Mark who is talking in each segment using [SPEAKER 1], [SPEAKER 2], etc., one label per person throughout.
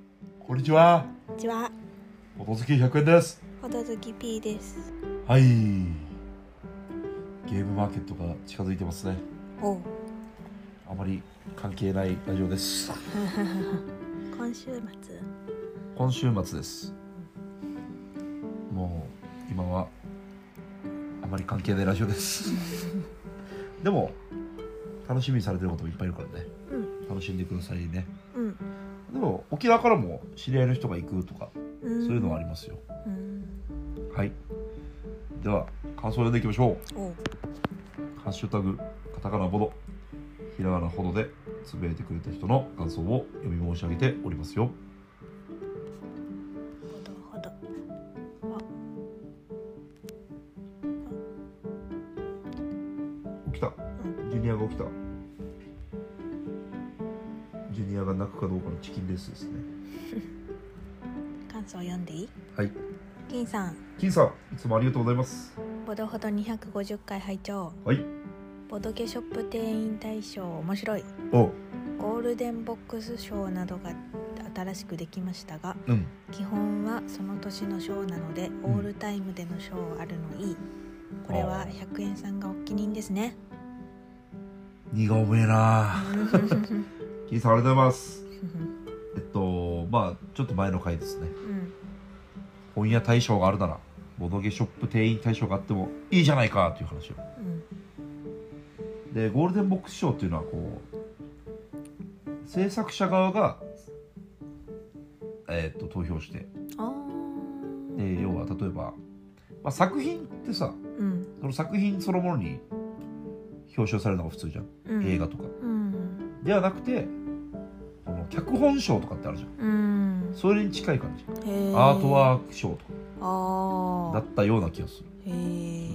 [SPEAKER 1] ちは。
[SPEAKER 2] こんにちは、
[SPEAKER 1] おとずき100円です。
[SPEAKER 2] ほどずき P です。
[SPEAKER 1] はい。ゲームマーケットが近づいてますね。
[SPEAKER 2] おう
[SPEAKER 1] あまり関係ないラジオです。
[SPEAKER 2] 今週末、
[SPEAKER 1] 今週末です。もう、今は、あまり関係ないラジオです。 でも、楽しみにされてることもいっぱいいるからね。
[SPEAKER 2] う
[SPEAKER 1] 楽しんでくださいね。
[SPEAKER 2] うん、
[SPEAKER 1] でも、沖縄からも知り合いの人が行くとか、
[SPEAKER 2] うん、
[SPEAKER 1] そういうのはありますよ。
[SPEAKER 2] うん、
[SPEAKER 1] はい。では、感想を読んでいきましょう。
[SPEAKER 2] おう、
[SPEAKER 1] ハッシュタグカタカナボドひらがなほどでつぶやいてくれた人の感想を読み申し上げておりますよ
[SPEAKER 2] ほどほど。
[SPEAKER 1] 起きたジュニアが起きたジュニアが泣くかどうかのチキンレースですね
[SPEAKER 2] 感想読んでいい？
[SPEAKER 1] はい
[SPEAKER 2] 金さん、
[SPEAKER 1] 金さんいつもありがとうございます
[SPEAKER 2] ボドほど250回拝聴。
[SPEAKER 1] はい
[SPEAKER 2] ボドゲショップ店員大賞面白い。
[SPEAKER 1] お
[SPEAKER 2] ゴールデンボックス賞などが新しくできましたが、
[SPEAKER 1] うん
[SPEAKER 2] 基本はその年の賞なので、オールタイムでの賞あるのいい。これは100円さんがお気に入りです ね。
[SPEAKER 1] 荷が重えな金さんありがとうございます
[SPEAKER 2] うん
[SPEAKER 1] えっとまあちょっと前の回ですね
[SPEAKER 2] うん
[SPEAKER 1] 本屋大賞があるならボドゲショップ店員大賞があってもいいじゃないかという話を
[SPEAKER 2] うん
[SPEAKER 1] でゴールデンボックス賞っていうのはこう制作者側が、えーっと投票して、
[SPEAKER 2] あ
[SPEAKER 1] えー要は例えば、まあ、作品ってさ
[SPEAKER 2] うん
[SPEAKER 1] その作品そのものに表彰されるのが普通じゃん、
[SPEAKER 2] うん
[SPEAKER 1] 映画とか
[SPEAKER 2] うん
[SPEAKER 1] ではなくてこの脚本賞とかってあるじゃん
[SPEAKER 2] うん
[SPEAKER 1] それに近い感じ
[SPEAKER 2] へえ
[SPEAKER 1] アートワーク賞と
[SPEAKER 2] あ
[SPEAKER 1] かだ
[SPEAKER 2] あ
[SPEAKER 1] ったような気がする
[SPEAKER 2] へえ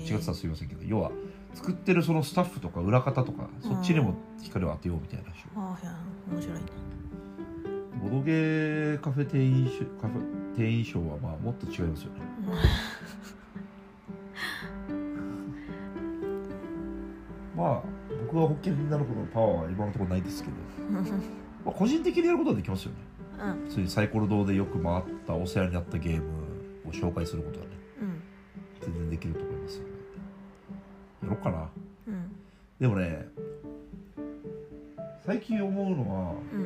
[SPEAKER 1] 違ってたらすいませんけど要は作ってるそのスタッフとか裏方とかそっちにも光を当てようみたいな賞
[SPEAKER 2] ああいや面白いね
[SPEAKER 1] ボドゲーカフェ店員賞カフェ店員賞はまあもっと違いますよねまあ僕がホッケになるほどのパワーは今のところないですけど、
[SPEAKER 2] うんうん
[SPEAKER 1] まあ、個人的にやることはできますよね普通にサイコロ堂でよく回ったお世話になったゲームを紹介することはね
[SPEAKER 2] うん
[SPEAKER 1] 全然できると思いますよねやろうかな
[SPEAKER 2] うん
[SPEAKER 1] でもね最近思うのは
[SPEAKER 2] うん
[SPEAKER 1] う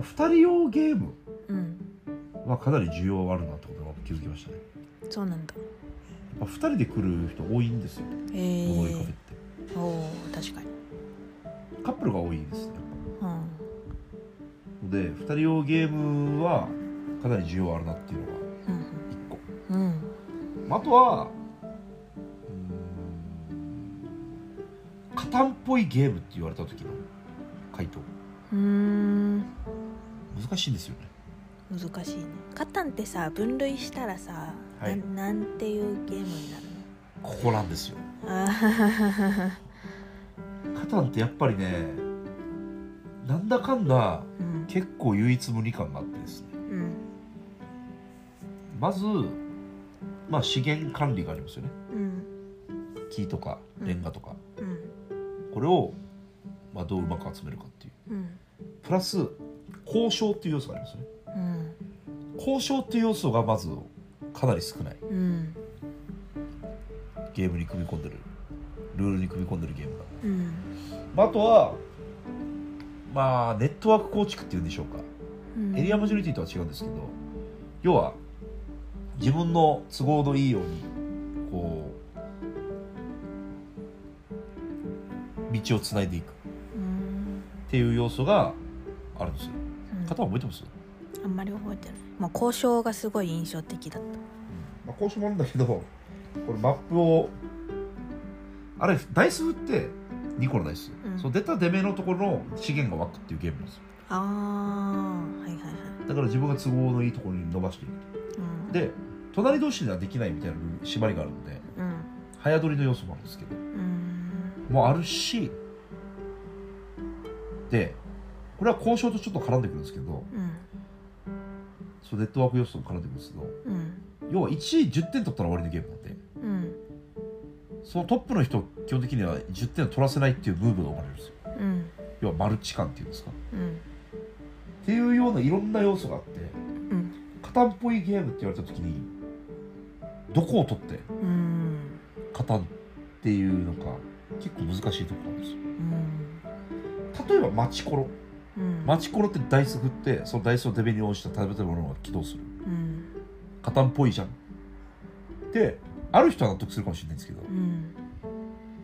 [SPEAKER 1] んと2人用ゲーム
[SPEAKER 2] うん
[SPEAKER 1] はかなり需要あるなってことが気づきましたね
[SPEAKER 2] そうなんだ
[SPEAKER 1] やっぱ2人で来る人多いんですよ
[SPEAKER 2] へ
[SPEAKER 1] ボドゲカフェっ
[SPEAKER 2] え
[SPEAKER 1] て
[SPEAKER 2] おお確かに
[SPEAKER 1] カップルが多いですね
[SPEAKER 2] うん
[SPEAKER 1] で2人用ゲームはかなり需要あるなっていうのが
[SPEAKER 2] うん
[SPEAKER 1] 1個
[SPEAKER 2] うん
[SPEAKER 1] まああとはうーんカタンっぽいゲームって言われた時の回答
[SPEAKER 2] うーん
[SPEAKER 1] 難しいんですよね
[SPEAKER 2] 難しいねカタンってさ分類したらさ、
[SPEAKER 1] はい
[SPEAKER 2] なんなんていうゲームになる
[SPEAKER 1] ここなんですよ
[SPEAKER 2] のあー
[SPEAKER 1] カタンってやっぱりねなんだかんだ
[SPEAKER 2] うん
[SPEAKER 1] 結構唯一無二感があってですね
[SPEAKER 2] うん
[SPEAKER 1] まずまあ資源管理がありますよね
[SPEAKER 2] うん
[SPEAKER 1] 木とかレンガとか、
[SPEAKER 2] うん
[SPEAKER 1] これを、まあ、どううまく集めるかっていう
[SPEAKER 2] うん
[SPEAKER 1] プラス交渉っていう要素がありますね
[SPEAKER 2] うん
[SPEAKER 1] 交渉っていう要素がまずかなり少ない
[SPEAKER 2] うん
[SPEAKER 1] ゲームに組み込んでるルールに組み込んでるゲームが、
[SPEAKER 2] うん
[SPEAKER 1] まあ、あとはまあネットワーク構築っていうんでしょうか
[SPEAKER 2] うん
[SPEAKER 1] エリアマジョリティとは違うんですけど要は自分の都合のいいようにこう道をつないでいくっ
[SPEAKER 2] うん
[SPEAKER 1] ていう要素があるんですよ
[SPEAKER 2] うん
[SPEAKER 1] 方覚えてます
[SPEAKER 2] あんまり覚えてないまあ交渉がすごい印象的だっ
[SPEAKER 1] まあ、交渉もあるんだけどこれマップをあれダイス振って2個のダイス、
[SPEAKER 2] うん
[SPEAKER 1] その出た出目のところの資源が湧くっていうゲームなんですよ
[SPEAKER 2] たあーはいはいはい、
[SPEAKER 1] だから自分が都合のいいところに伸ばしていく
[SPEAKER 2] うん、
[SPEAKER 1] で隣同士ではできないみたいな縛りがあるので
[SPEAKER 2] うん
[SPEAKER 1] 早取りの要素もあるんですけど
[SPEAKER 2] うん
[SPEAKER 1] もあるしでこれは交渉とちょっと絡んでくるんですけど
[SPEAKER 2] うん
[SPEAKER 1] そのネットワーク要素も絡んでくるんですけど
[SPEAKER 2] うん
[SPEAKER 1] 要は1位10点取ったら終わりのゲームなんで
[SPEAKER 2] うん
[SPEAKER 1] そのトップの人基本的には10点を取らせないっていうムーブが生まれるんですよ
[SPEAKER 2] うん
[SPEAKER 1] 要はマルチ感っていうんですか
[SPEAKER 2] う
[SPEAKER 1] っ
[SPEAKER 2] ん
[SPEAKER 1] ていうようないろんな要素があって
[SPEAKER 2] うん
[SPEAKER 1] カっぽいゲームって言われた時にどこを取って
[SPEAKER 2] うん
[SPEAKER 1] 型っていうのが結構難しいところなんですよ
[SPEAKER 2] う
[SPEAKER 1] 例
[SPEAKER 2] ん
[SPEAKER 1] えばマチコロ
[SPEAKER 2] うん
[SPEAKER 1] マチコロってダイス振ってそのダイスの出目に応じた食べたものが起動する
[SPEAKER 2] うん
[SPEAKER 1] 型っぽいじゃんである人は納得するかもしれないんですけどい
[SPEAKER 2] うん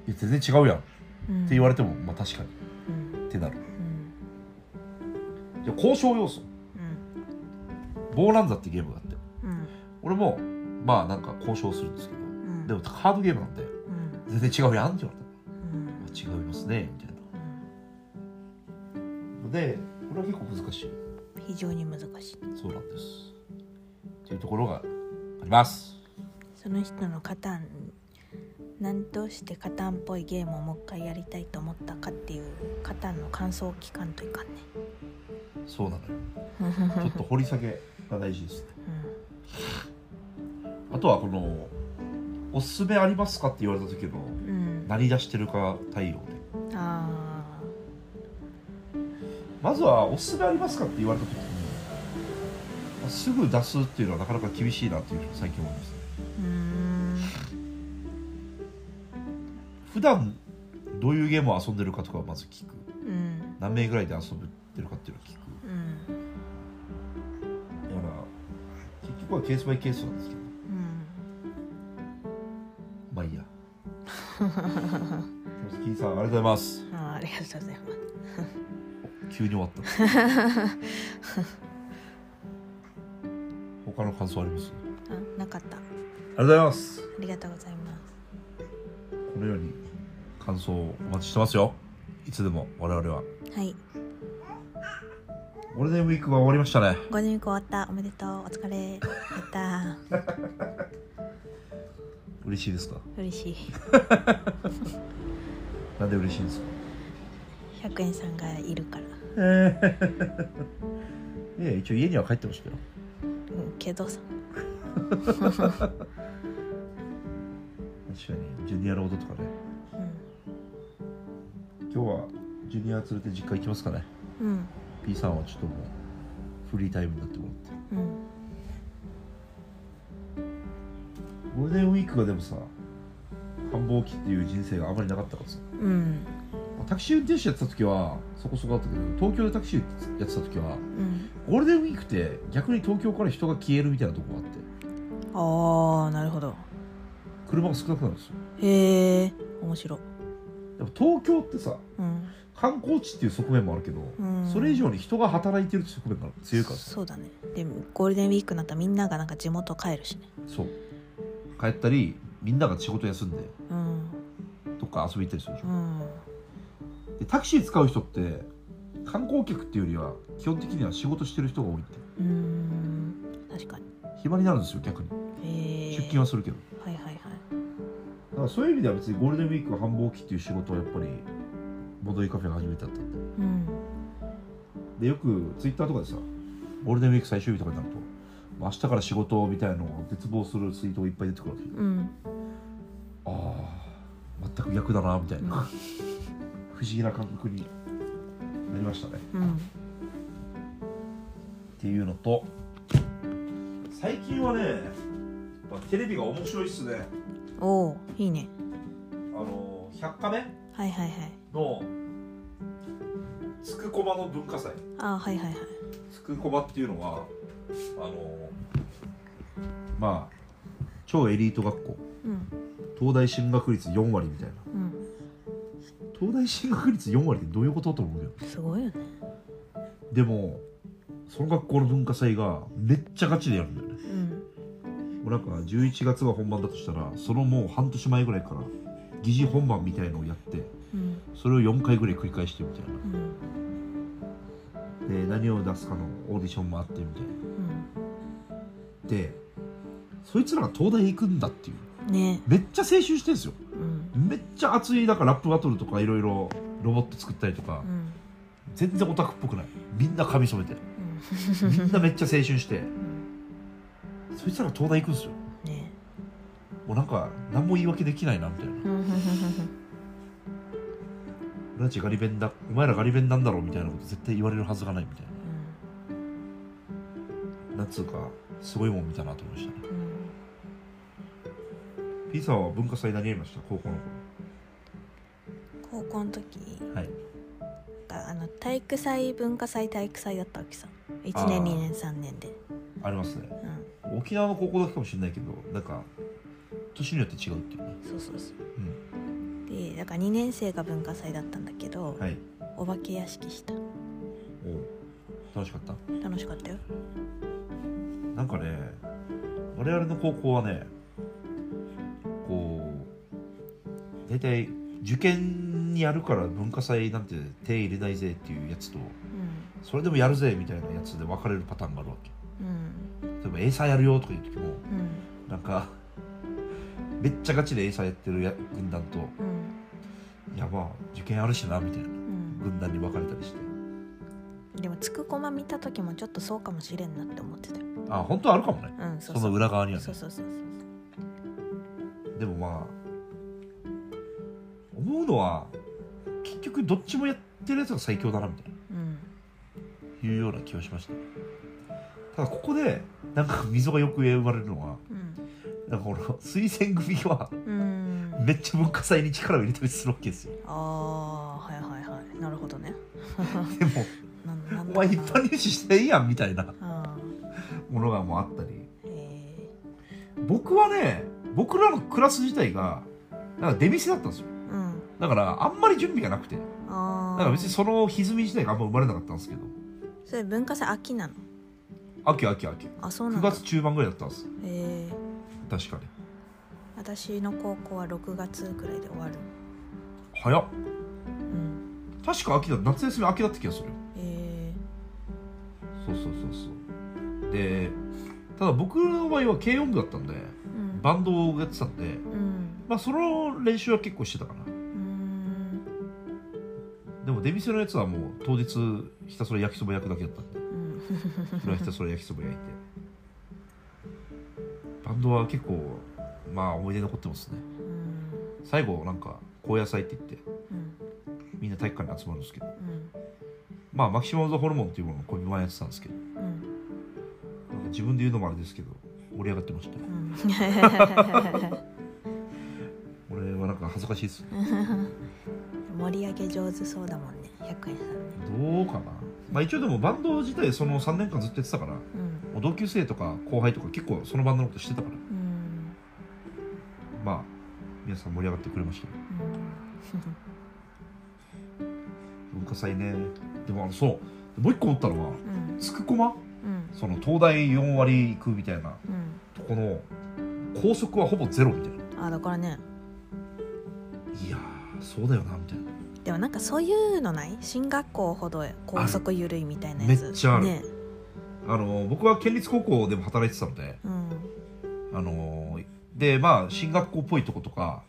[SPEAKER 1] や全然違うやんって
[SPEAKER 2] うん
[SPEAKER 1] 言われてもまあ確かに
[SPEAKER 2] うん
[SPEAKER 1] ってなる
[SPEAKER 2] うん
[SPEAKER 1] じゃあ交渉要素
[SPEAKER 2] うん
[SPEAKER 1] ボーランザってゲームがあって
[SPEAKER 2] うん
[SPEAKER 1] 俺もまあなんか交渉するんですけ
[SPEAKER 2] う
[SPEAKER 1] ど
[SPEAKER 2] ん
[SPEAKER 1] でもハードゲームなんで
[SPEAKER 2] うん
[SPEAKER 1] 全然違うやんって言われ
[SPEAKER 2] うん
[SPEAKER 1] たら違いますねみたいなのでこれは結構難しい
[SPEAKER 2] 非常に難しい
[SPEAKER 1] そうなんですというところがあります
[SPEAKER 2] その人のカタン何としてカタンっぽいゲームをもう一回やりたいと思ったかっていうカタンの感想を聞かんといかんね
[SPEAKER 1] そうなのよ
[SPEAKER 2] うん
[SPEAKER 1] ちょっと掘り下げが大事です ねあとはこのおすすめありますかって言われた時の
[SPEAKER 2] うん
[SPEAKER 1] 何出してるか対応で
[SPEAKER 2] あ
[SPEAKER 1] まずはおすすめありますかって言われた時にまあすぐ出すっていうのはなかなか厳しいなっていうふうに最近思いますね
[SPEAKER 2] ーうーん
[SPEAKER 1] 普段どういうゲームを遊んでるかとかはまず聞く
[SPEAKER 2] うん
[SPEAKER 1] 何名ぐらいで遊ぶってるかっていうのを聞く
[SPEAKER 2] うん
[SPEAKER 1] だから結局はケースバイケースなんですけど
[SPEAKER 2] うん
[SPEAKER 1] まあいいやキーさんありがとうございます
[SPEAKER 2] あーありがとうございます
[SPEAKER 1] 急に終わった他の感想あります
[SPEAKER 2] あなかったあ
[SPEAKER 1] ありがとうございます
[SPEAKER 2] りがとうございます
[SPEAKER 1] このように感想をお待ちしてますよいつでも我々は
[SPEAKER 2] はい
[SPEAKER 1] ゴールデンウィークが終わりましたね
[SPEAKER 2] ゴールデンウィーク終わったおめでとうお疲れやった
[SPEAKER 1] 嬉しいですか
[SPEAKER 2] ー嬉しい
[SPEAKER 1] なんで嬉しいんですか
[SPEAKER 2] 100円さんがいるから、
[SPEAKER 1] ええいや一応家には帰ってましたよ
[SPEAKER 2] うん、けどさ
[SPEAKER 1] 確かにジュニアロードとかね
[SPEAKER 2] う
[SPEAKER 1] 今日はジュニア連れて実家行きますかね
[SPEAKER 2] んうん
[SPEAKER 1] P さんはちょっともうフリータイムになってもらって
[SPEAKER 2] うん
[SPEAKER 1] ゴールデンウィークがでもさ繁忙期っていう人生があまりなかったからさ
[SPEAKER 2] うん
[SPEAKER 1] まあタクシー運転手やってた時はそこそこあったけど東京でタクシーやってた時は
[SPEAKER 2] うん
[SPEAKER 1] ゴールデンウィークって逆に東京から人が消えるみたいなとこがあって
[SPEAKER 2] ああなるほど
[SPEAKER 1] 車が少なくなるんですよ
[SPEAKER 2] へえ面白い
[SPEAKER 1] でも東京ってさ
[SPEAKER 2] うん
[SPEAKER 1] 観光地っていう側面もあるけど、
[SPEAKER 2] うん
[SPEAKER 1] それ以上に人が働いてる側面が強いからさ
[SPEAKER 2] そうだねでゴールデンウィークになったらみんながなんか地元帰るしね
[SPEAKER 1] そう帰ったりみんなが仕事休んで
[SPEAKER 2] うん
[SPEAKER 1] どっか遊び行ったりするでしょ
[SPEAKER 2] うん
[SPEAKER 1] でタクシー使う人って観光客っていうよりは基本的には仕事してる人が多いって
[SPEAKER 2] うん確かに
[SPEAKER 1] 暇になるんですよ逆に
[SPEAKER 2] へえ
[SPEAKER 1] 出勤はするけど
[SPEAKER 2] はいはいはい
[SPEAKER 1] だからそういう意味では別にゴールデンウィーク繁忙期っていう仕事はやっぱり戻りカフェが初めてだったんで
[SPEAKER 2] うん
[SPEAKER 1] でよくツイッターとかでさゴールデンウィーク最終日とかになると明日から仕事みたいなのを絶望するツイートがいっぱい出てくるわけ
[SPEAKER 2] うん
[SPEAKER 1] ああ全く逆だなみたいな 不思議な感覚になりましたね
[SPEAKER 2] うん
[SPEAKER 1] っていうのと最近はねやっぱテレビが面白いっすね
[SPEAKER 2] おおいいね
[SPEAKER 1] あのー「100カメ
[SPEAKER 2] はいはいはい」
[SPEAKER 1] のつくこまの文化祭
[SPEAKER 2] あーはいはいはい
[SPEAKER 1] つくこまっていうのはあのーまあ超エリート学校
[SPEAKER 2] うん
[SPEAKER 1] 東大進学率4割みたいな
[SPEAKER 2] う
[SPEAKER 1] 東大進学率4割ってどういうことと思うけど
[SPEAKER 2] んすごいよね
[SPEAKER 1] でもその学校の文化祭がめっちゃガチでやるんだよね
[SPEAKER 2] うん
[SPEAKER 1] もうなんか11月が本番だとしたらそのもう半年前ぐらいから疑似本番みたいのをやって
[SPEAKER 2] うん
[SPEAKER 1] それを4回ぐらい繰り返してみたい
[SPEAKER 2] うん
[SPEAKER 1] なで何を出すかのオーディションもあってみたいな
[SPEAKER 2] うん
[SPEAKER 1] でそいつらが東大行くんだっていう
[SPEAKER 2] ね
[SPEAKER 1] めっちゃ青春してんですよ
[SPEAKER 2] うん
[SPEAKER 1] めっちゃ熱いだからラップバトルとかいろいろロボット作ったりとか
[SPEAKER 2] うん
[SPEAKER 1] 全然オタクっぽくないみんな髪染めて
[SPEAKER 2] うん
[SPEAKER 1] みんなめっちゃ青春して
[SPEAKER 2] うん
[SPEAKER 1] そいつらが東大行くんですよ
[SPEAKER 2] ね
[SPEAKER 1] もうなんか何も言い訳できないなみたいな俺たちガリ弁だお前らガリ弁なんだろうみたいなこと絶対言われるはずがないみたいな
[SPEAKER 2] う
[SPEAKER 1] なんつうかすごいもん見たなと思いましたね
[SPEAKER 2] うん、
[SPEAKER 1] P さんは文化祭何やりました高校の
[SPEAKER 2] 高校の時
[SPEAKER 1] 頃はい
[SPEAKER 2] があの体育祭文化祭体育祭だったわけさ1
[SPEAKER 1] あ
[SPEAKER 2] 年
[SPEAKER 1] ー
[SPEAKER 2] 2年3年で、
[SPEAKER 1] ありますね
[SPEAKER 2] うん、
[SPEAKER 1] 沖縄の高校だけかもしれないけどなんか年によって違うっていうね
[SPEAKER 2] そうそうそうでだから2年生が文化祭だったんだけど、
[SPEAKER 1] はい
[SPEAKER 2] お化け屋敷した
[SPEAKER 1] お楽しかった
[SPEAKER 2] 楽しかったよ
[SPEAKER 1] なんかね我々の高校はねこう大体受験にやるから文化祭なんて手入れないぜっていうやつと
[SPEAKER 2] う
[SPEAKER 1] それでもやるぜみたいなやつで分かれるパターンがあるわけ
[SPEAKER 2] ん
[SPEAKER 1] 例えば「英才やるよ」とか言う時も
[SPEAKER 2] うん
[SPEAKER 1] なんか めっちゃガチで英才やってるや軍団と
[SPEAKER 2] うんう
[SPEAKER 1] 「
[SPEAKER 2] ん
[SPEAKER 1] いやまあ受験あるしな」みたいな
[SPEAKER 2] うん
[SPEAKER 1] 軍団に分かれたりして
[SPEAKER 2] でもつくこま見た時もちょっとそうかもしれんなって思ってたよ
[SPEAKER 1] あ本当はあるかもね
[SPEAKER 2] うんそ
[SPEAKER 1] そう
[SPEAKER 2] そ
[SPEAKER 1] の
[SPEAKER 2] う
[SPEAKER 1] 裏側にはね
[SPEAKER 2] そうそうそうそう
[SPEAKER 1] でもまあ思うのは結局どっちもやってるやつが最強だなみたい
[SPEAKER 2] うん
[SPEAKER 1] ないうような気はしましたただここでなんか溝がよく生まれるのは
[SPEAKER 2] うん
[SPEAKER 1] なんかこの推薦組は
[SPEAKER 2] うん
[SPEAKER 1] めっちゃ文化祭に力を入れたりするわけですよ
[SPEAKER 2] あーはいはいはいなるほどね
[SPEAKER 1] でも
[SPEAKER 2] ななんだろ
[SPEAKER 1] お
[SPEAKER 2] うな
[SPEAKER 1] 前一般入試していいやんみたいな
[SPEAKER 2] あ
[SPEAKER 1] ものがもうあったり
[SPEAKER 2] ーへ
[SPEAKER 1] 僕はね僕らのクラス自体がなんか出店だったんですよ
[SPEAKER 2] ーうん
[SPEAKER 1] だからあんまり準備がなくてだ
[SPEAKER 2] ああ
[SPEAKER 1] から別にその歪み自体があんま生まれなかったんですけど
[SPEAKER 2] それ文化祭秋なの
[SPEAKER 1] 秋秋秋
[SPEAKER 2] あそうな
[SPEAKER 1] 9
[SPEAKER 2] んだ
[SPEAKER 1] 月中盤ぐらいだったんです
[SPEAKER 2] え
[SPEAKER 1] 確
[SPEAKER 2] ー、
[SPEAKER 1] かに
[SPEAKER 2] 私の高校は6月くらいで終わる
[SPEAKER 1] 早っ
[SPEAKER 2] うん
[SPEAKER 1] 確か秋だ夏休み秋だった気がするよ
[SPEAKER 2] え
[SPEAKER 1] そうそうそうそうでただ僕の場合は軽音部だったんで
[SPEAKER 2] ー、うん
[SPEAKER 1] バンドをやってたんで
[SPEAKER 2] うん
[SPEAKER 1] まあその練習は結構してたかな
[SPEAKER 2] うーん
[SPEAKER 1] でも出店のやつはもう当日ひたすら焼きそば焼くだけだったんで
[SPEAKER 2] うん
[SPEAKER 1] それはひたすら焼きそば焼いてバンドは結構まあ思い出に残ってますね
[SPEAKER 2] うん
[SPEAKER 1] 最後なんか高野菜って言って
[SPEAKER 2] うん
[SPEAKER 1] みんな体育館に集まるんですけど
[SPEAKER 2] うん
[SPEAKER 1] まあマキシマム・ザ・ホルモンっていうものをこう前やってたんですけど
[SPEAKER 2] うん
[SPEAKER 1] なんか自分で言うのもあれですけど盛り上がってましたね
[SPEAKER 2] うん
[SPEAKER 1] 俺はなんか恥ずかしいっす
[SPEAKER 2] 盛り上げ上手そうだもんね100円さんね
[SPEAKER 1] どうかなまあ一応でもバンド自体その3年間ずっとやってたから
[SPEAKER 2] うん
[SPEAKER 1] もう同級生とか後輩とか結構そのバンドのことしてたから
[SPEAKER 2] うん
[SPEAKER 1] まあ皆さん盛り上がってくれましたね文化祭ねでもあのそうもう一個思ったのは
[SPEAKER 2] うんうん
[SPEAKER 1] つくこま
[SPEAKER 2] うん
[SPEAKER 1] その東大4割いくみたいな
[SPEAKER 2] うん
[SPEAKER 1] とこの校則はほぼゼロみたいな
[SPEAKER 2] あだからね
[SPEAKER 1] いやーそうだよなみたいな
[SPEAKER 2] でもなんかそういうのない進学校ほど校則緩いみたいなやつ
[SPEAKER 1] めっちゃある
[SPEAKER 2] ね
[SPEAKER 1] あの僕は県立高校でも働いてたので
[SPEAKER 2] うん
[SPEAKER 1] あのでまあ進学校っぽいとことか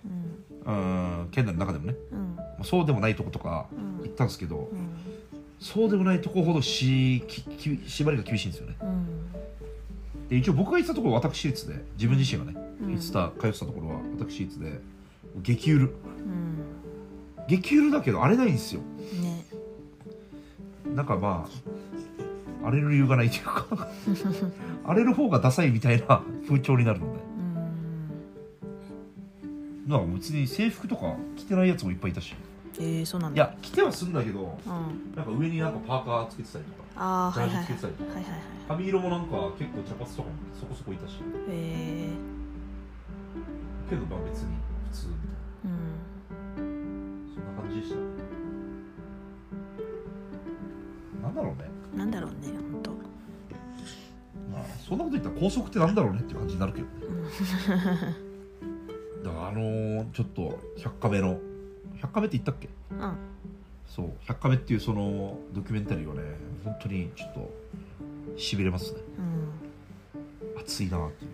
[SPEAKER 2] うん
[SPEAKER 1] うん県内の中でもね
[SPEAKER 2] うん
[SPEAKER 1] まあそうでもないとことか
[SPEAKER 2] うん
[SPEAKER 1] 行ったんですけど
[SPEAKER 2] うん
[SPEAKER 1] そうでもないとこほどしきき縛りが厳しいんですよね
[SPEAKER 2] うん
[SPEAKER 1] で一応僕が行ってたところは私立で自分自身がね
[SPEAKER 2] うん
[SPEAKER 1] 行ってた通ってたところは私立で激ゆる
[SPEAKER 2] うん
[SPEAKER 1] 激ゆるだけど荒れないんですよ
[SPEAKER 2] ね
[SPEAKER 1] なんかまあ荒れる理由がないという か荒れる方がダサいみたいな 風潮になるので
[SPEAKER 2] うん
[SPEAKER 1] なんか別に制服とか着てないやつもいっぱいいたし
[SPEAKER 2] えー、そうなん
[SPEAKER 1] い
[SPEAKER 2] だ
[SPEAKER 1] や着てはすんだけど
[SPEAKER 2] うん
[SPEAKER 1] なんか上になんかパーカーつけてたりとか
[SPEAKER 2] ああ
[SPEAKER 1] ジ
[SPEAKER 2] は
[SPEAKER 1] ャー
[SPEAKER 2] い
[SPEAKER 1] ジ
[SPEAKER 2] はい
[SPEAKER 1] つけてた
[SPEAKER 2] はい
[SPEAKER 1] りとか
[SPEAKER 2] はいはいはい
[SPEAKER 1] 髪色もなんか結構茶髪とかもそこそこいたし
[SPEAKER 2] え
[SPEAKER 1] けどまあ別に普通みたいな
[SPEAKER 2] ー、うん
[SPEAKER 1] そんな感じでしたねなんだろうね
[SPEAKER 2] なんだろうね本当
[SPEAKER 1] まあそんなこと言ったら校則ってなんだろうねっていう感じになる けどねだからあのーちょっと「100カメ」の「100カメ」って言ったっけ
[SPEAKER 2] うん
[SPEAKER 1] そう「100カメ」っていうそのドキュメンタリーはね本当にちょっとしびれますね
[SPEAKER 2] うん
[SPEAKER 1] 熱いなっていう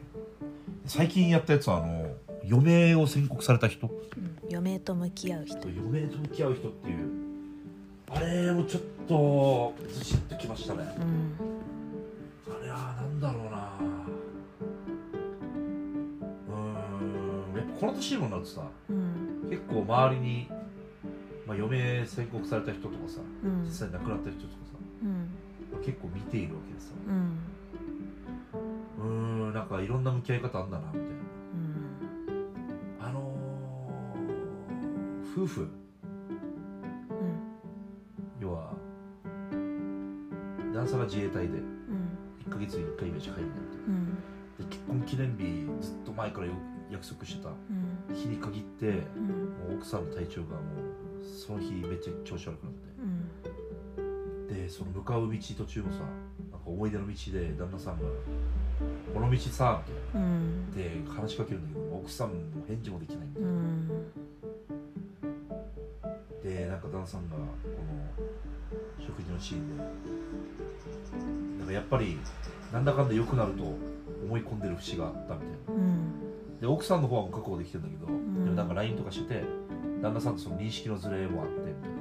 [SPEAKER 1] 最近やったやつはあの余命を宣告された人
[SPEAKER 2] うん余命と向き合う人
[SPEAKER 1] 余命と向き合う人っていうあれもちょっとずしっときましたね
[SPEAKER 2] うん
[SPEAKER 1] あれはなんだろうなうーんやっぱこの年にもなるとさ
[SPEAKER 2] うん
[SPEAKER 1] 結構周りに、まあ、余命宣告された人とかさ
[SPEAKER 2] うん
[SPEAKER 1] 実際亡くなった人とかさ、
[SPEAKER 2] うん
[SPEAKER 1] まあ結構見ているわけでさ
[SPEAKER 2] うん
[SPEAKER 1] なんかいろんな向き合い方あんだなみたい
[SPEAKER 2] うん
[SPEAKER 1] なあのー夫婦
[SPEAKER 2] うん
[SPEAKER 1] 要は旦那さんが自衛隊で
[SPEAKER 2] うん
[SPEAKER 1] 1ヶ月に1回イメージ入るんだって
[SPEAKER 2] うん
[SPEAKER 1] で結婚記念日ずっと前からよ約束してた
[SPEAKER 2] うん
[SPEAKER 1] 日に限って
[SPEAKER 2] うん
[SPEAKER 1] もう奥さんの体調がもうその日めっちゃ調子悪くなって
[SPEAKER 2] うん
[SPEAKER 1] でその向かう道途中もさなんか思い出の道で旦那さんが「この道さ」み
[SPEAKER 2] うんうん
[SPEAKER 1] たいなで話しかけるんだけど奥さんも返事もできないみたいなでなんか旦那さんがこの食事のシーンでなんかやっぱりなんだかんだ良くなると思い込んでる節があったみたいな
[SPEAKER 2] うん
[SPEAKER 1] で奥さんの方はもう確保できてんだけど、
[SPEAKER 2] ん
[SPEAKER 1] でもなんか LINE とかしてて旦那さんとその認識のズレもあってみたいな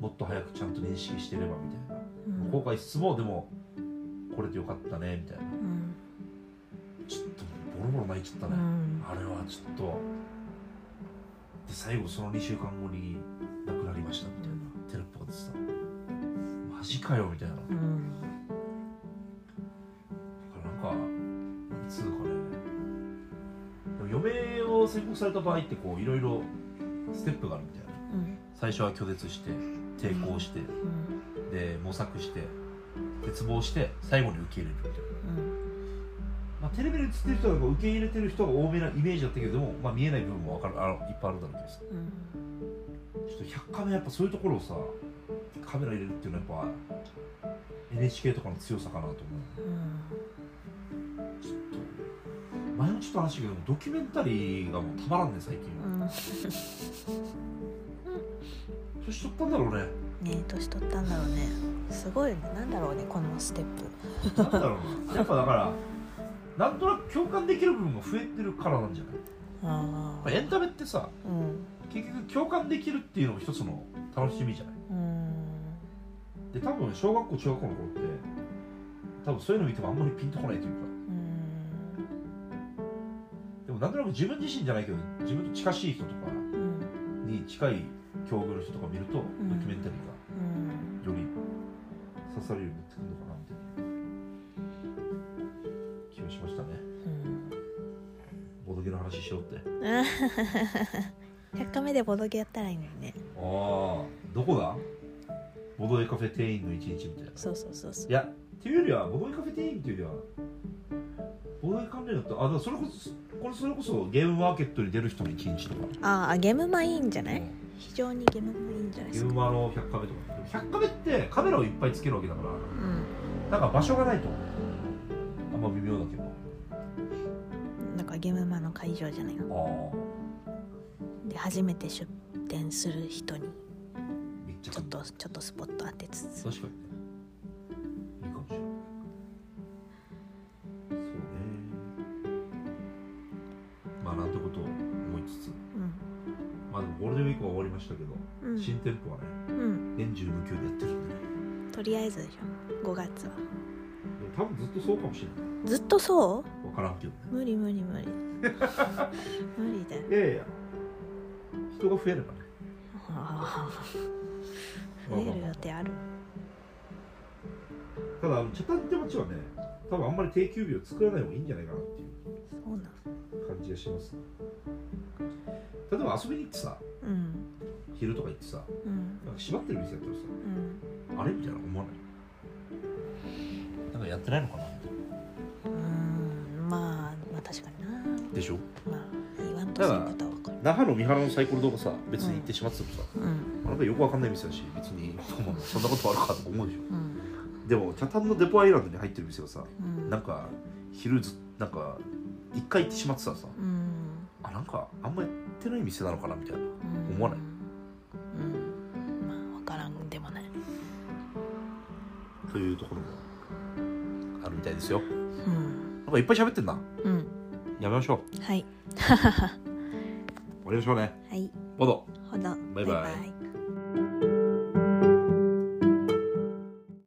[SPEAKER 1] もっと早くちゃんと認識してればみたいな
[SPEAKER 2] うん
[SPEAKER 1] 後悔しつつもでもこれでよかったねみたいな
[SPEAKER 2] うん
[SPEAKER 1] ちょっとボロボロ泣いちゃったね、
[SPEAKER 2] うん
[SPEAKER 1] あれはちょっとで最後その2週間後に亡くなりましたみたいなテロップが出てたマジかよみたいなだか
[SPEAKER 2] うん
[SPEAKER 1] らなんかなんつうかねでも嫁を成功された場合ってこういろいろステップがあるみたいな
[SPEAKER 2] うん
[SPEAKER 1] 最初は拒絶して抵抗して
[SPEAKER 2] うん
[SPEAKER 1] で模索して絶望して最後に受け入れるみたいな
[SPEAKER 2] うん
[SPEAKER 1] まあ、テレビで映ってる人がこう受け入れてる人が多めなイメージだったけどでも、まあ、見えない部分もわかるあのいっぱいあるだろうけどさ
[SPEAKER 2] うん
[SPEAKER 1] ちょっと100カメやっぱそういうところをさカメラ入れるっていうのはやっぱ NHK とかの強さかなと思うちょっと前もちょっと話したけどドキュメンタリーがもうたまらんね最近
[SPEAKER 2] う
[SPEAKER 1] は、
[SPEAKER 2] ん
[SPEAKER 1] 年取ったんだろうね
[SPEAKER 2] ねえ年取ったんだろうねすごいねなんだろうねこのステップ
[SPEAKER 1] なんだろうなやっぱだからなんとなく共感できる部分が増えてるからなんじゃない
[SPEAKER 2] あ
[SPEAKER 1] やっぱエンタメってさ
[SPEAKER 2] うん
[SPEAKER 1] 結局共感できるっていうのも一つの楽しみじゃない
[SPEAKER 2] うん
[SPEAKER 1] で多分小学校中学校の頃って多分そういうの見てもあんまりピンとこないというか
[SPEAKER 2] うん
[SPEAKER 1] でもなんとなく自分自身じゃないけど自分と近しい人とか
[SPEAKER 2] うん
[SPEAKER 1] に近い境遇の人とか見ると、
[SPEAKER 2] ん
[SPEAKER 1] ドキュメンタリー
[SPEAKER 2] うん
[SPEAKER 1] がより刺さるようになってくるのかなみたいな気がしましたねボドゲの話しようって
[SPEAKER 2] うん100カメでボドゲやったらいいのにね
[SPEAKER 1] ああどこだボドゲカフェ店員の一日みたいな
[SPEAKER 2] そうそうそうそう
[SPEAKER 1] いやっていうよりはボドゲカフェ店員っていうよりはボドゲ関連だとあだからそれこそこれそれこそゲームマーケットに出る人の一日とか
[SPEAKER 2] ああゲームマいいんじゃない
[SPEAKER 1] ゲ
[SPEAKER 2] 非常にゲームマいいんじゃないで
[SPEAKER 1] ー
[SPEAKER 2] す
[SPEAKER 1] ム
[SPEAKER 2] か
[SPEAKER 1] マの100カメとか100カメってカメラをいっぱいつけるわけだから
[SPEAKER 2] う
[SPEAKER 1] なんか場所がないとあんま微妙だけど
[SPEAKER 2] んだからゲームマの会場じゃないの
[SPEAKER 1] あ
[SPEAKER 2] で初めて出店する人に
[SPEAKER 1] あめっちゃ
[SPEAKER 2] ちょっとちょっとスポット当てつつ
[SPEAKER 1] 確かにねいいかもしれないそうねまあなんてことを思いつつ
[SPEAKER 2] うん
[SPEAKER 1] まあでもゴールデンウィークは終わりましたけど、
[SPEAKER 2] うん
[SPEAKER 1] 新店舗はね
[SPEAKER 2] うん
[SPEAKER 1] 年中無休でやってるんでね
[SPEAKER 2] とりあえずでしょ5月は
[SPEAKER 1] でも多分ずっとそうかもしれな
[SPEAKER 2] ずっとそう
[SPEAKER 1] い分からんけどね
[SPEAKER 2] 無理無理 無理無理だよ
[SPEAKER 1] いやいや人が増えればね
[SPEAKER 2] あー増える予定ある
[SPEAKER 1] ただチャタンテ町はね多分あんまり定休日を作らない方がいいんじゃないかなってい
[SPEAKER 2] そうなの
[SPEAKER 1] う感じがします例えば遊びに行ってさ
[SPEAKER 2] うん
[SPEAKER 1] 昼とか行ってさ
[SPEAKER 2] うん
[SPEAKER 1] なんか縛ってる店やったら
[SPEAKER 2] うん
[SPEAKER 1] さあれみたいな思わないなんかやってないのかな
[SPEAKER 2] うーんまあまあ確かにな
[SPEAKER 1] でしょ
[SPEAKER 2] まあ言わんとすることは分かる
[SPEAKER 1] 那覇の三原のサイコロ動画さ別に行ってしまっててもさ、
[SPEAKER 2] うん
[SPEAKER 1] あなたよくわかんない店だし別にもうそんなことあるかと思うでしょ
[SPEAKER 2] うん
[SPEAKER 1] でもチャタンのデポアイランドに入ってる店はさ
[SPEAKER 2] うん
[SPEAKER 1] なんか昼ずなんか一回行ってしまってたらさ
[SPEAKER 2] うん
[SPEAKER 1] あなんかあんまやってない店なのかなみたいな
[SPEAKER 2] うん
[SPEAKER 1] 思わない
[SPEAKER 2] うんまあ分からんでもない
[SPEAKER 1] というところもあるみたいですよ
[SPEAKER 2] うん
[SPEAKER 1] なんかいっぱい喋ってんな
[SPEAKER 2] うん
[SPEAKER 1] やめましょう
[SPEAKER 2] はい
[SPEAKER 1] 終わりましょうね
[SPEAKER 2] はい
[SPEAKER 1] ボド
[SPEAKER 2] ほど
[SPEAKER 1] バイバイ
[SPEAKER 2] イ